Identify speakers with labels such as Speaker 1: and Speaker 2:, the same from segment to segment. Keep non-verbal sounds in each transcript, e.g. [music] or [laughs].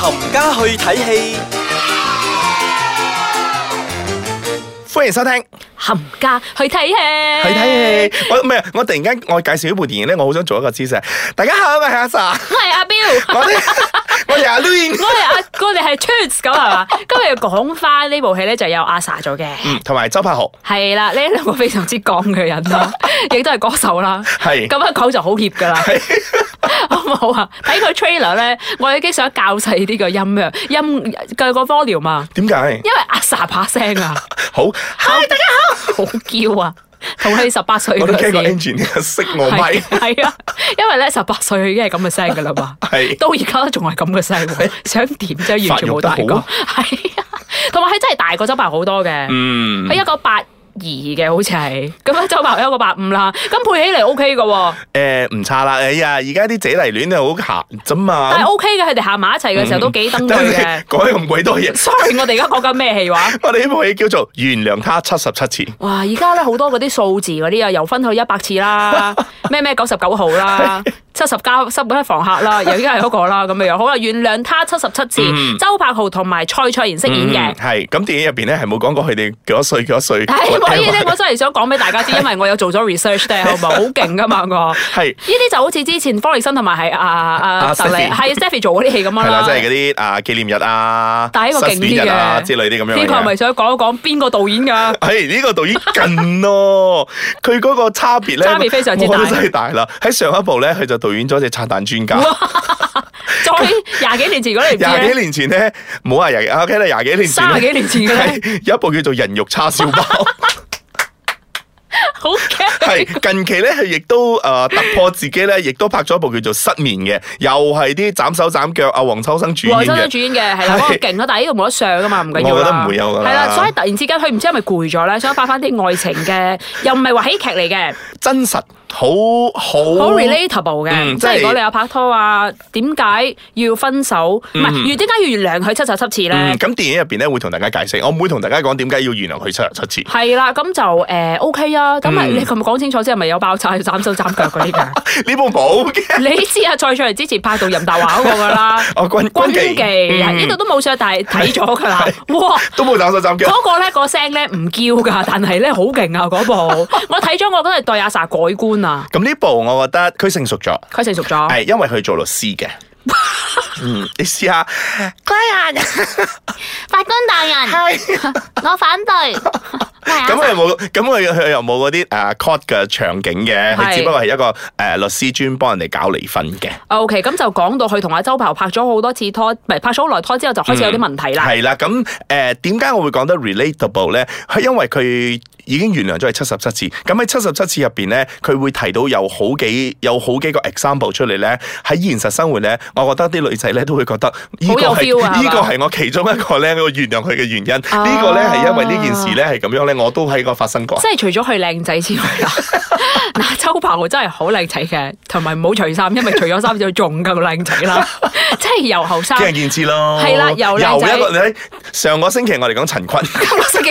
Speaker 1: 冚家去睇戲，
Speaker 2: 歡迎收聽去
Speaker 3: 冚家去睇戲，去
Speaker 2: 睇。戲。我唔係，我突然間我介紹呢部電影咧，我好想做一個姿勢。大家好，我係阿
Speaker 3: [laughs]
Speaker 2: sa，
Speaker 3: 我係阿 Bill，
Speaker 2: 我哋我係阿 Lin，
Speaker 3: 我係
Speaker 2: [laughs]
Speaker 3: 阿，我哋係 Truth 咁係嘛？今日講翻呢部戲咧，就有阿 sa 做嘅，
Speaker 2: 嗯，同埋周柏豪，
Speaker 3: 係啦，呢兩個非常之講嘅人
Speaker 2: [laughs]
Speaker 3: 啦，亦都係歌手啦，
Speaker 2: 係
Speaker 3: 咁樣講就好怯噶啦， [laughs] 好唔好啊？睇佢 trailer 咧，我已經想較細啲個音量，音嘅個 volume 啊，
Speaker 2: 點解？
Speaker 3: 因為阿 sa 把聲
Speaker 2: [laughs]
Speaker 3: 啊，
Speaker 2: 好，
Speaker 3: 好嬌啊，同佢十八歲
Speaker 2: 我都
Speaker 3: 嗰
Speaker 2: 驚個
Speaker 3: 時。
Speaker 2: engineer 識我咪，
Speaker 3: 係係啊，因為咧十八歲佢已經係咁嘅聲噶啦嘛。
Speaker 2: [laughs] 係
Speaker 3: [laughs] 到而家都仲係咁嘅
Speaker 2: [laughs]
Speaker 3: 細路，想點啫？完全冇大
Speaker 2: 發育得
Speaker 3: 過，
Speaker 2: 好
Speaker 3: [laughs] 係啊，同埋佢真係大過周柏豪好多嘅，
Speaker 2: 嗯，
Speaker 3: 佢一九八二嘅好似係，咁啊周柏豪一個八五啦，咁配起嚟 O K 嘅喎，
Speaker 2: 誒唔差啦。哎呀，而家啲姐弟戀都好閒啫嘛
Speaker 3: 但係。O K 嘅，佢哋行埋一齊嘅時
Speaker 2: 嗯
Speaker 3: 候都幾登對
Speaker 2: 但 [laughs]
Speaker 3: 嘅
Speaker 2: 係。講咗咁鬼多嘢，
Speaker 3: Sorry，我哋而家講緊咩戲話？
Speaker 2: 我哋呢部戲叫做《原諒他七十七次》。
Speaker 3: 哇！而家咧好多嗰啲數字嗰啲啊，又分去一百
Speaker 2: [laughs]
Speaker 3: 次啦，咩咩九十九號啦，七十加十一房客啦，又而家係嗰個啦咁樣樣。好啦，原諒他七十七次，周柏豪同埋蔡卓妍飾演嘅
Speaker 2: 嗯。係咁，電影入邊咧係冇講過佢哋幾多歲幾多歲。
Speaker 3: [laughs] 係，所以
Speaker 2: [laughs]
Speaker 3: 咧，
Speaker 2: whatever
Speaker 3: 我真係想講俾大家知，因為我有做咗
Speaker 2: [laughs]
Speaker 3: research 咧，好唔好？好勁噶嘛，我呢
Speaker 2: 係
Speaker 3: 啲就好似之前方力申同埋係啊
Speaker 2: 啊
Speaker 3: 啊特利
Speaker 2: Stephy
Speaker 3: 係 Stephy 做嗰啲戲咁樣
Speaker 2: 係啦，
Speaker 3: 啦
Speaker 2: 即。係嗰啲啊紀念日啊、
Speaker 3: 但係呢個勁
Speaker 2: 失戀日啊
Speaker 3: 啲嘅
Speaker 2: 之類啲咁樣嘅
Speaker 3: 呢個係咪
Speaker 2: 嘢。
Speaker 3: 想講一講邊個導
Speaker 2: [laughs]
Speaker 3: 演㗎？
Speaker 2: 係呢個導演近咯， [laughs] 佢嗰個差別咧，
Speaker 3: 差別非常之大
Speaker 2: 我覺得真係大啦。喺上一部咧，佢就導演咗隻拆彈專家。 [laughs]
Speaker 3: 再廿幾年前嗰啲你唔知
Speaker 2: 廿幾
Speaker 3: 咧，
Speaker 2: 年前咧，唔好話廿幾啊，OK 啦，廿幾年前
Speaker 3: 三十
Speaker 2: 呢，
Speaker 3: 幾
Speaker 2: [laughs]
Speaker 3: 年前嘅咧，
Speaker 2: 係有一部叫做《人肉叉燒
Speaker 3: [laughs]
Speaker 2: 包》，
Speaker 3: 好
Speaker 2: 係
Speaker 3: 驚。
Speaker 2: 近期咧，佢亦都誒突破自己咧，亦都拍咗一部叫做《失眠》嘅，又係啲斬手斬腳啊，黃秋生主演
Speaker 3: 黃秋生
Speaker 2: 嘅。
Speaker 3: 主演嘅係啦，嗰個
Speaker 2: 係
Speaker 3: 勁啦，但係呢個冇得上㗎嘛，唔緊要
Speaker 2: 我
Speaker 3: 啦。
Speaker 2: 覺得唔會有㗎啦
Speaker 3: 係啦，所以突然之間佢唔知係咪攰咗咧，想拍翻啲愛情嘅，又唔係話喜劇嚟嘅。
Speaker 2: 真實，好好
Speaker 3: 好 relatable 嘅，
Speaker 2: 嗯
Speaker 3: 即係
Speaker 2: 即係
Speaker 3: 如果你有拍拖啊，點解要分手？唔係，原點解要原諒佢七十七
Speaker 2: 嗯，
Speaker 3: 次咧？
Speaker 2: 咁電影入邊咧會同大家解釋，我唔會同大家講點解要原諒佢七十七次。
Speaker 3: 係啦，咁就誒 OK 啊，咁啊
Speaker 2: 嗯
Speaker 3: 你係咪講清楚先係咪有爆炸、斬手斬腳嗰啲
Speaker 2: [laughs]
Speaker 3: 㗎？
Speaker 2: [laughs] 呢部冇嘅，
Speaker 3: 你知啊，蔡卓妍之前拍到任達華嗰個㗎啦，
Speaker 2: [laughs] 哦軍
Speaker 3: 軍
Speaker 2: 軍
Speaker 3: 記
Speaker 2: 記
Speaker 3: 呢度都冇上，但係睇咗㗎啦，哇！
Speaker 2: 嗯都冇斬手斬腳。
Speaker 3: 嗰個咧個聲咧唔叫㗎，但係咧好勁
Speaker 2: [laughs]
Speaker 3: 啊！嗰部我睇咗，我都係對阿 sa 改觀啊，
Speaker 2: 咁呢部我覺得佢成熟咗，
Speaker 3: 佢成熟咗。
Speaker 2: 係因為佢做律師 [laughs] 嘅。嗯，你試下，
Speaker 4: 法官大人， [laughs] 我反對。
Speaker 2: 咁啊佢又冇，咁佢佢又冇嗰啲誒 court 嘅場景嘅，佢
Speaker 3: 係
Speaker 2: 只不過係一個誒、呃律師專幫人哋搞離婚嘅，
Speaker 3: O K，咁就講到佢同阿周柏豪拍咗好多次拖，唔係拍咗好耐拖之後就開始有啲問題啦。
Speaker 2: 嗯係啦。咁誒點解我會講得 relatable 咧？係因為佢已經原諒咗佢七十七次，咁喺七十七次入邊咧，佢會提到有好幾有好幾個 example 出嚟咧。喺現實生活咧，我覺得啲女仔咧都會覺得呢個
Speaker 3: 好有
Speaker 2: 係
Speaker 3: feel 啊係嘛
Speaker 2: 呢個係我其中一個咧我原諒佢嘅原因。呢
Speaker 3: 啊
Speaker 2: 個咧係因為呢件事咧係咁樣咧，我都喺個發生過。
Speaker 3: 即係除咗佢靚仔之外
Speaker 2: [laughs]
Speaker 3: 啦，嗱，周柏豪真係好靚仔嘅，同埋唔好除衫，因為除咗衫就仲更靚仔
Speaker 2: [laughs]
Speaker 3: 啦，即係由後生。
Speaker 2: 見仁見智咯，
Speaker 3: 係啦又靚仔
Speaker 2: 一個你睇上個星期我哋講陳
Speaker 3: [laughs]
Speaker 2: 坤，
Speaker 3: 今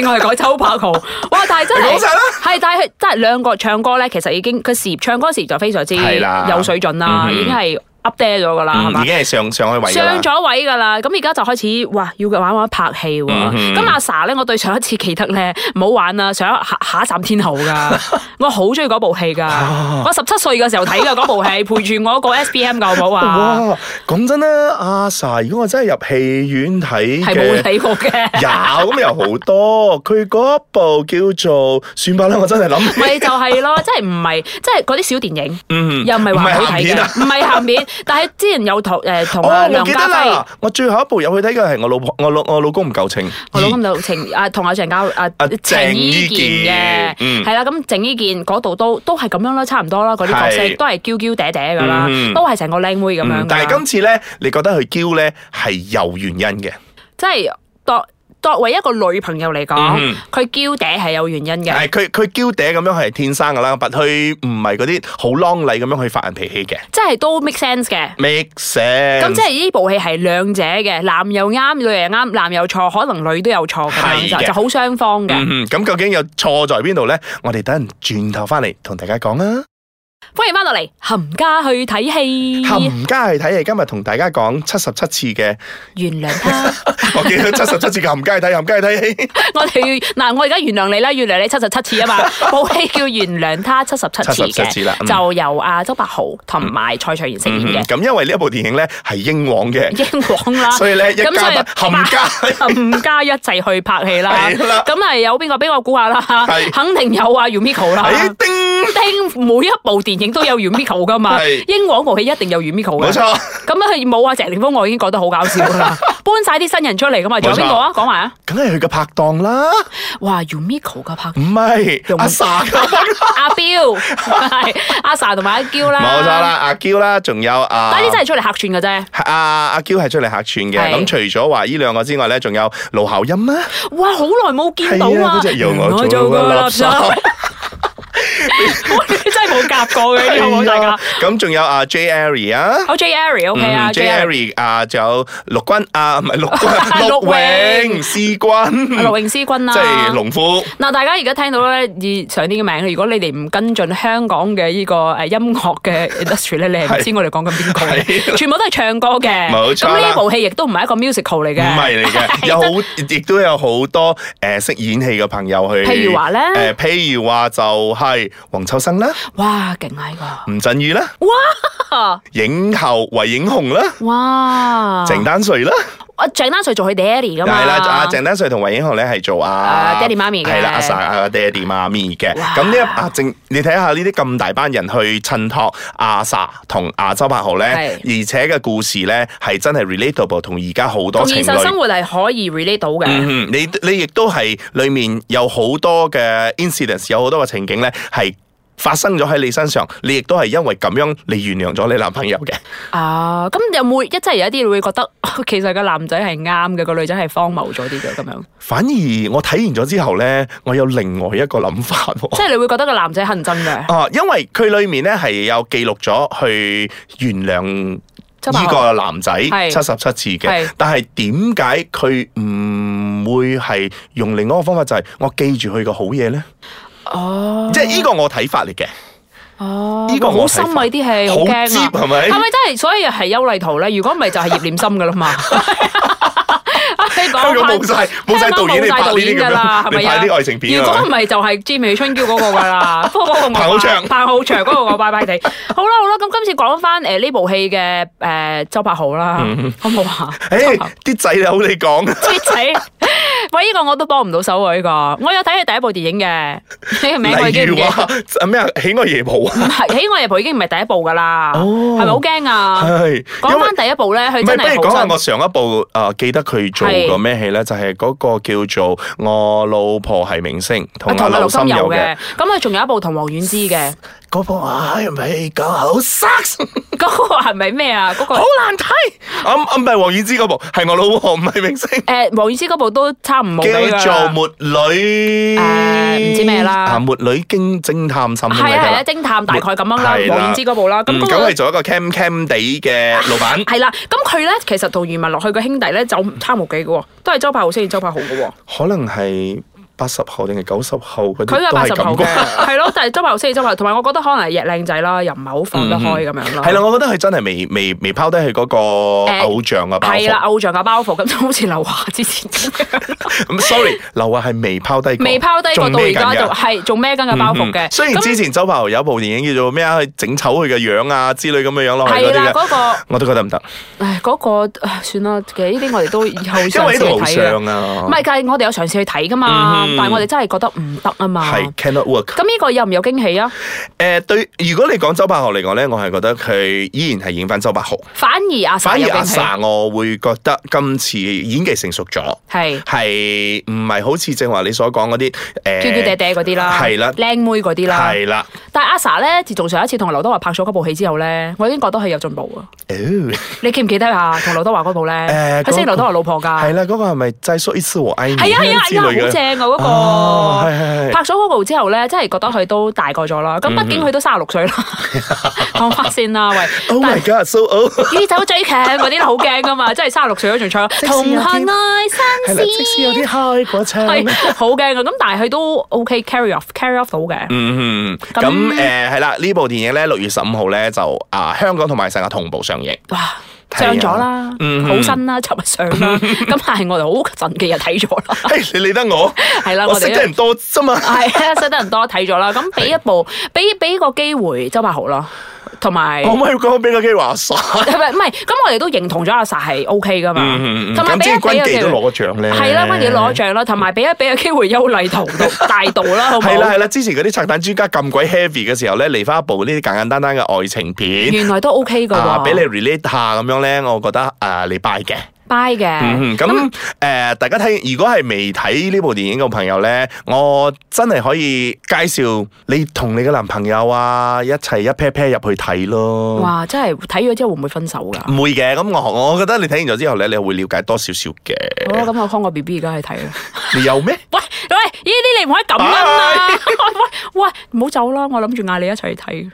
Speaker 3: 日嘅我係講周柏豪，哇！但係真
Speaker 2: 你講
Speaker 3: 係
Speaker 2: 晒啦
Speaker 3: 係，但係真係兩個唱歌咧，其實已經佢事業唱歌事業就非常之
Speaker 2: 係啦
Speaker 3: 有水準啦，
Speaker 2: 嗯
Speaker 3: 已經係 update 咗噶啦，係
Speaker 2: 嗯
Speaker 3: 嘛
Speaker 2: 已？經係上上去位㗎啦
Speaker 3: 啊上咗位㗎啦，咁而家就開始哇，要佢玩玩拍戲喎。
Speaker 2: 嗯哼
Speaker 3: 咁、阿 sa 咧，我對上一次記得咧，唔好玩啦，上一下下一站天后㗎，
Speaker 2: [laughs]
Speaker 3: 我好中意嗰部戲㗎，
Speaker 2: 啊
Speaker 3: 我十七歲嘅時候睇㗎嗰部戲，陪住我個 S B M 㗎，好唔好啊？
Speaker 2: [laughs] 哇！講真啦，阿 sa，如果我真係入戲院睇
Speaker 3: 係冇
Speaker 2: 嘅。
Speaker 3: 睇
Speaker 2: [laughs]
Speaker 3: 過嘅。
Speaker 2: 有咁有好多，佢嗰部叫做算吧啦，我真係諗唔
Speaker 3: [laughs]
Speaker 2: 起，
Speaker 3: 咪就係咯，即係唔係，即係嗰啲小電影，
Speaker 2: 嗯，
Speaker 3: 又唔係話
Speaker 2: 唔
Speaker 3: 唔
Speaker 2: 係
Speaker 3: 好
Speaker 2: 鹹
Speaker 3: 睇
Speaker 2: 片啊
Speaker 3: 嘅，唔係鹹片。但係之前有同誒同阿
Speaker 2: 哦，
Speaker 3: 梁
Speaker 2: 我記得
Speaker 3: 家輝
Speaker 2: 啦，，我最後一部有去睇嘅係我老婆，我老我老公唔夠稱，嗯
Speaker 3: 我老公就情啊，同阿鄭家啊
Speaker 2: 啊鄭
Speaker 3: 鄭
Speaker 2: 伊
Speaker 3: 伊
Speaker 2: 健
Speaker 3: 健
Speaker 2: 嗯
Speaker 3: 嘅，係啦，咁鄭伊健嗰度都都係咁樣啦，差唔多啦，嗰啲角
Speaker 2: 係
Speaker 3: 色都係嬌嬌嗲嗲噶啦
Speaker 2: 嗯，
Speaker 3: 都係成個靚妹咁樣
Speaker 2: 嗯
Speaker 3: 㗎。
Speaker 2: 但係今次咧，你覺得佢嬌咧係有原因嘅，
Speaker 3: 即係作作為一個女朋友嚟
Speaker 2: 嗯
Speaker 3: 講，佢嬌嗲係哦有原因嘅，
Speaker 2: 係佢佢嬌嗲咁樣係天生噶啦，但佢唔係嗰啲好啷禮咁樣去發人脾氣嘅
Speaker 3: 即係都 make sense 嘅。
Speaker 2: ，make sense。
Speaker 3: 咁即係呢部戲係兩者嘅，男又啱，女又啱，男有錯，可能女都有錯咁
Speaker 2: 係
Speaker 3: 樣
Speaker 2: 嘅
Speaker 3: 就就好雙方嘅。
Speaker 2: 嗯哼咁究竟有錯在邊度咧？我哋等陣轉頭翻嚟同大家講啊！
Speaker 3: 歡迎翻落嚟，冚家去睇戲，
Speaker 2: 冚家去睇戲，今日同大家講七十七次
Speaker 3: [laughs]
Speaker 2: 嘅，
Speaker 3: 原諒他。
Speaker 2: 我見到七十七次嘅冚家去睇，冚家去睇戲。
Speaker 3: 我哋要嗱，我而家原諒你啦，原諒你七十七次
Speaker 2: [laughs]
Speaker 3: 啊嘛，部戲叫《原諒他七十七次》
Speaker 2: 77次啦
Speaker 3: 嘅，
Speaker 2: 嗯
Speaker 3: 就由阿周柏豪同埋蔡卓妍飾演嘅
Speaker 2: 咁因為呢一部電影咧係英皇嘅，
Speaker 3: 英皇啦，
Speaker 2: 嗯 [laughs] 所以咧一家
Speaker 3: 啊咁所以
Speaker 2: 八冚家
Speaker 3: 冚家一齊去拍戲啦。
Speaker 2: 係啦
Speaker 3: 咁係有邊個俾我估下啦？
Speaker 2: 係
Speaker 3: 肯定有啊 Yumiko 啦。
Speaker 2: 哎叮，
Speaker 3: 丁每一部電影都有 Yumiko 噶嘛，
Speaker 2: 係
Speaker 3: 英皇部戲一定有 Yumiko
Speaker 2: 冇
Speaker 3: 嘅。
Speaker 2: 錯。
Speaker 3: 咁啊，冇啊，謝霆鋒我已經覺得好搞笑㗎
Speaker 2: [laughs]
Speaker 3: 啦，搬晒啲新人出嚟噶嘛，仲有邊個啊？講埋啊！
Speaker 2: 梗係佢嘅拍檔啦，
Speaker 3: 哇，Yumiko 嘅拍
Speaker 2: 唔係
Speaker 3: 用
Speaker 2: 阿
Speaker 3: [laughs]
Speaker 2: sa 嘅拍檔
Speaker 3: 阿彪係阿 sa 同埋阿嬌啦，
Speaker 2: 冇錯啦，。阿嬌啦，仲有啊，
Speaker 3: 但係呢啲真係出嚟客串嘅啫。
Speaker 2: 阿阿嬌係出嚟客串嘅，
Speaker 3: 係
Speaker 2: 咁除咗話呢兩個之外咧，仲有盧巧音啦，
Speaker 3: 哇，好耐冇見到
Speaker 2: 係啊
Speaker 3: 啊！
Speaker 2: 嗰隻由我
Speaker 3: 原來
Speaker 2: 做
Speaker 3: 過
Speaker 2: 個垃圾 [laughs]
Speaker 3: [laughs] 我哋真係冇夾過嘅，呢個冇大
Speaker 2: 係啊
Speaker 3: 家。
Speaker 2: 咁仲有阿 J Ari 啊。
Speaker 3: 好 J Ari OK à, 啊
Speaker 2: 嗯
Speaker 3: J
Speaker 2: J
Speaker 3: Ari。
Speaker 2: Ari à, 啊，仲有陸軍啊，唔係
Speaker 3: [laughs]
Speaker 2: 陸軍，
Speaker 3: 陸
Speaker 2: 陸
Speaker 3: 永
Speaker 2: 永思君，
Speaker 3: 劉泳詩君
Speaker 2: 即係
Speaker 3: 啦，
Speaker 2: 農夫。
Speaker 3: 嗱，大家而家聽到咧，以上呢個名，如果你哋唔跟進香港嘅呢個誒音樂嘅 industry 咧，你係唔知我哋講緊邊個嘅，
Speaker 2: 係
Speaker 3: 全部都係唱歌嘅。
Speaker 2: 冇錯啦
Speaker 3: 咁呢部戲亦都唔係一個 musical 嚟
Speaker 2: 唔
Speaker 3: 嘅，
Speaker 2: 係嚟嘅，有好亦都有好多誒識演戲嘅朋友去。
Speaker 3: 譬如話咧
Speaker 2: 誒譬如話就係黃秋生啦、
Speaker 3: 哇，勁啊呢
Speaker 2: 吳鎮宇啦、
Speaker 3: 個，
Speaker 2: 影后惠影紅啦、
Speaker 3: 哇，
Speaker 2: 鄭丹瑞啦，
Speaker 3: 啊鄭丹瑞做佢 daddy 噶
Speaker 2: 係
Speaker 3: 嘛，
Speaker 2: 啦，阿鄭丹瑞同惠影紅咧係做阿
Speaker 3: 啊爹哋媽咪嘅
Speaker 2: 係啦，阿 sa 阿爹哋媽咪嘅。
Speaker 3: 哇
Speaker 2: 咁呢一阿鄭，你睇下呢啲咁大班人去襯托阿 sa 同阿周柏豪咧，
Speaker 3: 係
Speaker 2: 而且嘅故事咧係真係 relatable，同而家好多
Speaker 3: 同
Speaker 2: 情
Speaker 3: 現實
Speaker 2: 侶
Speaker 3: 生。活係可以 relate 到嘅。
Speaker 2: 嗯哼，你你亦都係裏面有好多嘅 incidents，有好多嘅情景咧係。發生咗喺你身上，你亦都係因為咁樣，你原諒咗你男朋友嘅。
Speaker 3: 啊，咁有冇一即係有一啲你會覺得 [laughs] 其實個男仔係啱嘅，個女仔係荒謬咗啲嘅咁樣，
Speaker 2: 反而我睇完咗之後咧，我有另外一個諗法喎。
Speaker 3: 即係你會覺得個男仔恨真嘅。
Speaker 2: 啊，因為佢裏面咧係有記錄咗去原諒
Speaker 3: 周柏
Speaker 2: 呢
Speaker 3: 豪
Speaker 2: 個男仔
Speaker 3: 係
Speaker 2: 七十七次
Speaker 3: 係
Speaker 2: 嘅，但係點解佢唔會係用另外一個方法，就係、我記住佢個好嘢咧？
Speaker 3: 哦，
Speaker 2: 即係呢個我睇法嚟嘅，
Speaker 3: 哦，
Speaker 2: 呢個
Speaker 3: 哇好
Speaker 2: 我睇
Speaker 3: 深
Speaker 2: 法
Speaker 3: 啊！呢啲戲好
Speaker 2: 好
Speaker 3: 驚
Speaker 2: 接
Speaker 3: 啊！
Speaker 2: 係
Speaker 3: [laughs]
Speaker 2: 咪？
Speaker 3: 係咪真係？所以係邱麗圖咧？如果唔係就係葉念琛噶
Speaker 2: [laughs]
Speaker 3: 啦嘛。 [laughs]
Speaker 2: 香港
Speaker 3: 你講翻
Speaker 2: 冇晒冇晒導演
Speaker 3: 香
Speaker 2: 嚟
Speaker 3: 港冇晒
Speaker 2: 拍呢
Speaker 3: 導演
Speaker 2: 啲
Speaker 3: 㗎
Speaker 2: 咁
Speaker 3: 啦
Speaker 2: [laughs]
Speaker 3: 係
Speaker 2: 樣，
Speaker 3: 咪
Speaker 2: 你
Speaker 3: 啊
Speaker 2: 拍啲愛情片
Speaker 3: 如果
Speaker 2: 啊
Speaker 3: 唔？係就係《志明與春嬌》嗰個㗎
Speaker 2: [laughs]
Speaker 3: 啦，不過嗰個我
Speaker 2: 彭浩翔
Speaker 3: 彭浩翔嗰個我拜
Speaker 2: [laughs]
Speaker 3: 拜地。好啦好啦，咁今次講翻誒呢部戲嘅誒周柏豪啦，好
Speaker 2: [laughs]
Speaker 3: 唔好啊？ [laughs]
Speaker 2: 誒，啲仔佬你講，
Speaker 3: 啲仔，喂，呢個我都幫唔到手喎，呢個我有睇佢第一部電影嘅，你個名我已
Speaker 2: 例
Speaker 3: 經唔
Speaker 2: 如
Speaker 3: 記得。
Speaker 2: 話啊 [laughs] 咩啊，喜愛夜蒲啊，
Speaker 3: 唔係，喜愛夜蒲已經唔係第一部噶啦，
Speaker 2: 哦
Speaker 3: 係咪好驚啊？
Speaker 2: [laughs] 係因
Speaker 3: 講
Speaker 2: 為
Speaker 3: 翻。第一部咧，
Speaker 2: 唔
Speaker 3: 佢
Speaker 2: 係，
Speaker 3: 真
Speaker 2: 不
Speaker 3: 係
Speaker 2: 如講下
Speaker 3: 好
Speaker 2: 我
Speaker 3: 真。
Speaker 2: 上一部誒記得佢做過咩戲咧？就係嗰個叫做《我老婆係明星》同阿
Speaker 3: 阿
Speaker 2: 劉心
Speaker 3: 悠
Speaker 2: 悠嘅，
Speaker 3: 咁佢仲有一部同黃遠之
Speaker 2: [laughs]
Speaker 3: 嘅，
Speaker 2: 嗰部啊，係咪講好 sex
Speaker 3: 嗰個係咪咩啊？嗰個
Speaker 2: 好難睇？ [laughs] 啊唔係黃遠之嗰部，係我老婆唔係明星，
Speaker 3: 誒黃遠之嗰部都差唔冇幾
Speaker 2: 叫
Speaker 3: 㗎
Speaker 2: 做《
Speaker 3: 啦。
Speaker 2: 末女》
Speaker 3: 誒唔知咩啦
Speaker 2: 啊《末女經偵探心》
Speaker 3: 係
Speaker 2: 嚟
Speaker 3: 啊
Speaker 2: 㗎
Speaker 3: 係
Speaker 2: 啦
Speaker 3: 啊，偵探大概咁樣啦，
Speaker 2: 係啦
Speaker 3: 黃遠之嗰部啦，咁
Speaker 2: 嗯，
Speaker 3: 嗰
Speaker 2: 咁
Speaker 3: 個
Speaker 2: 佢做一個 cam cam 地嘅老闆，
Speaker 3: 係啦，咁佢咧其實同余文樂佢個兄弟咧就差無幾嘅喎，都係周柏豪飾演周柏豪嘅喎。
Speaker 2: 可能係八十後定係九十後嗰
Speaker 3: 佢
Speaker 2: 啲
Speaker 3: 係
Speaker 2: 都
Speaker 3: 八
Speaker 2: 係
Speaker 3: 十後
Speaker 2: 咁
Speaker 3: 嘅，
Speaker 2: 啩。
Speaker 3: [laughs] 係咯，但係周柏豪先係周柏豪，同埋我覺得可能係日靚仔啦，又唔係好放得開咁樣啦。
Speaker 2: 係啦，我覺得佢真係未未未拋低佢嗰個偶像嘅包
Speaker 3: 係啦，
Speaker 2: 袱。
Speaker 3: 偶像嘅包袱咁就好似劉華之前咁樣，
Speaker 2: 咁 sorry，劉華係未拋低過，
Speaker 3: 未拋低過
Speaker 2: 仲
Speaker 3: 到而家
Speaker 2: 孭緊
Speaker 3: 就
Speaker 2: 㗎
Speaker 3: 係仲孭緊嘅包袱
Speaker 2: 啊嗯
Speaker 3: 嘅。
Speaker 2: 嗯雖然之
Speaker 3: 咁
Speaker 2: 前周柏豪有一部電影叫做咩啊，去整醜佢嘅樣啊之類咁嘅樣落去嗰
Speaker 3: 係
Speaker 2: 啲嘅，
Speaker 3: 啦，嗰個
Speaker 2: 我都覺得唔得，
Speaker 3: 唉嗰個唉算啦，其實呢啲我哋都以後嘗
Speaker 2: 因
Speaker 3: 試
Speaker 2: 為呢
Speaker 3: 去
Speaker 2: 度
Speaker 3: 睇
Speaker 2: 好
Speaker 3: 嘅。
Speaker 2: 上啊，
Speaker 3: 唔係，但係我哋有嘗試去睇噶嘛
Speaker 2: 嗯，哼
Speaker 3: 但係我哋真係覺得唔得啊嘛。
Speaker 2: 係 cannot work。
Speaker 3: 咁呢個有唔有驚喜啊？
Speaker 2: 誒對，如果你講周柏豪嚟講咧，我係覺得佢依然係演翻周柏豪。
Speaker 3: 反而阿 Sa
Speaker 2: 反
Speaker 3: 有
Speaker 2: 而阿
Speaker 3: 驚喜，
Speaker 2: Sa，我會覺得今次演技成熟咗，
Speaker 3: 係
Speaker 2: 係唔係好似正話你所講嗰啲誒
Speaker 3: 嬌嬌嗲嗲嗰啲啦，
Speaker 2: 係啦
Speaker 3: 靚妹嗰啲啦。
Speaker 2: 係啦，
Speaker 3: 但係阿 sa 咧，自從上一次同劉德華拍咗嗰部戲之後咧，我已經覺得佢有進步啊！
Speaker 2: 誒
Speaker 3: 你記唔記得啊？同劉德華嗰部咧，
Speaker 2: 誒
Speaker 3: 佢識
Speaker 2: 嗰個
Speaker 3: 劉德華老婆㗎，
Speaker 2: 係啦，嗰個係咪再說一次我愛你
Speaker 3: 係啊係啊
Speaker 2: 之
Speaker 3: 係啊，
Speaker 2: 類
Speaker 3: 好
Speaker 2: 嘅？
Speaker 3: 正啊！嗰嗰
Speaker 2: 哦
Speaker 3: 個
Speaker 2: 係係係嗯
Speaker 3: 拍咗 Coco 之後咧，真係覺得佢都大個咗啦。咁畢竟佢都三十六歲啦，
Speaker 2: [laughs]
Speaker 3: 講翻先啦，喂。
Speaker 2: Oh
Speaker 3: 但
Speaker 2: my god，so old！
Speaker 3: 宇宙最強嗰啲好驚噶嘛，真係三十六歲都
Speaker 2: [laughs]
Speaker 3: 仲唱
Speaker 2: 使有
Speaker 3: 同學愛
Speaker 2: 係
Speaker 3: 生
Speaker 2: 啦，
Speaker 3: 死，
Speaker 2: 即使有啲開過槍。
Speaker 3: [laughs] 係好驚噶。咁但係佢都 OK carry off carry off 到嘅。
Speaker 2: 嗯，
Speaker 3: 咁
Speaker 2: 咁誒係啦，呢部電影咧六月十五號咧就啊香港同埋世界同步上
Speaker 3: [laughs]
Speaker 2: 映，
Speaker 3: 哇！上咗啦，
Speaker 2: 嗯
Speaker 3: 好新啦，尋日上
Speaker 2: [laughs]
Speaker 3: 啦，咁但係我哋好神奇就睇咗啦，
Speaker 2: 嘿你理得我？
Speaker 3: [laughs] 係啦，
Speaker 2: 我
Speaker 3: 我
Speaker 2: 識
Speaker 3: 哋
Speaker 2: 得人多啫嘛。
Speaker 3: 係啊，識得人多睇咗啦，咁俾一部，俾俾個機會周柏豪咯，同埋
Speaker 2: 可唔可以講俾個
Speaker 3: [laughs]
Speaker 2: 機話晒？
Speaker 3: 係咪唔係？咁我哋都認同咗阿 sa 係 O K 噶嘛，
Speaker 2: 嗯嗯嗯
Speaker 3: 同埋
Speaker 2: 咁
Speaker 3: 俾
Speaker 2: 即
Speaker 3: 一
Speaker 2: 係軍
Speaker 3: 俾個
Speaker 2: 記
Speaker 3: 機
Speaker 2: 都
Speaker 3: 會
Speaker 2: 攞過獎咧。
Speaker 3: 係啦，乜嘢攞。獎啦，同埋俾一俾個機會邱
Speaker 2: [laughs]
Speaker 3: 禮同到大道啦，好唔好？
Speaker 2: 係啦係啦，之前嗰啲拆彈專家咁鬼 heavy 嘅時候咧，嚟翻一部呢啲簡簡單單嘅愛情片
Speaker 3: 原來都 O K 噶
Speaker 2: 啊，
Speaker 3: 喎，
Speaker 2: 俾你 relate 下咁樣咧，我覺得啊你 buy 嘅。
Speaker 3: buy 嘅，啊
Speaker 2: 嗯，咁誒、呃大家睇，如果係未睇呢部電影嘅朋友咧，我真係可以介紹你同你嘅男朋友啊，一齊一 pair pair 入去睇咯。
Speaker 3: 哇！真係睇咗之後會唔會分手㗎？
Speaker 2: 唔會嘅，咁我我覺得你睇完咗之後咧，你會了解多少少嘅。
Speaker 3: 好哦啦，咁我 call 個 B B 而家去睇啦。
Speaker 2: 你有咩？
Speaker 3: [laughs] 喂啊 [laughs] 喂，呢啲你唔可以咁噶嘛！喂喂，唔好走啦，我諗住嗌你一齊睇。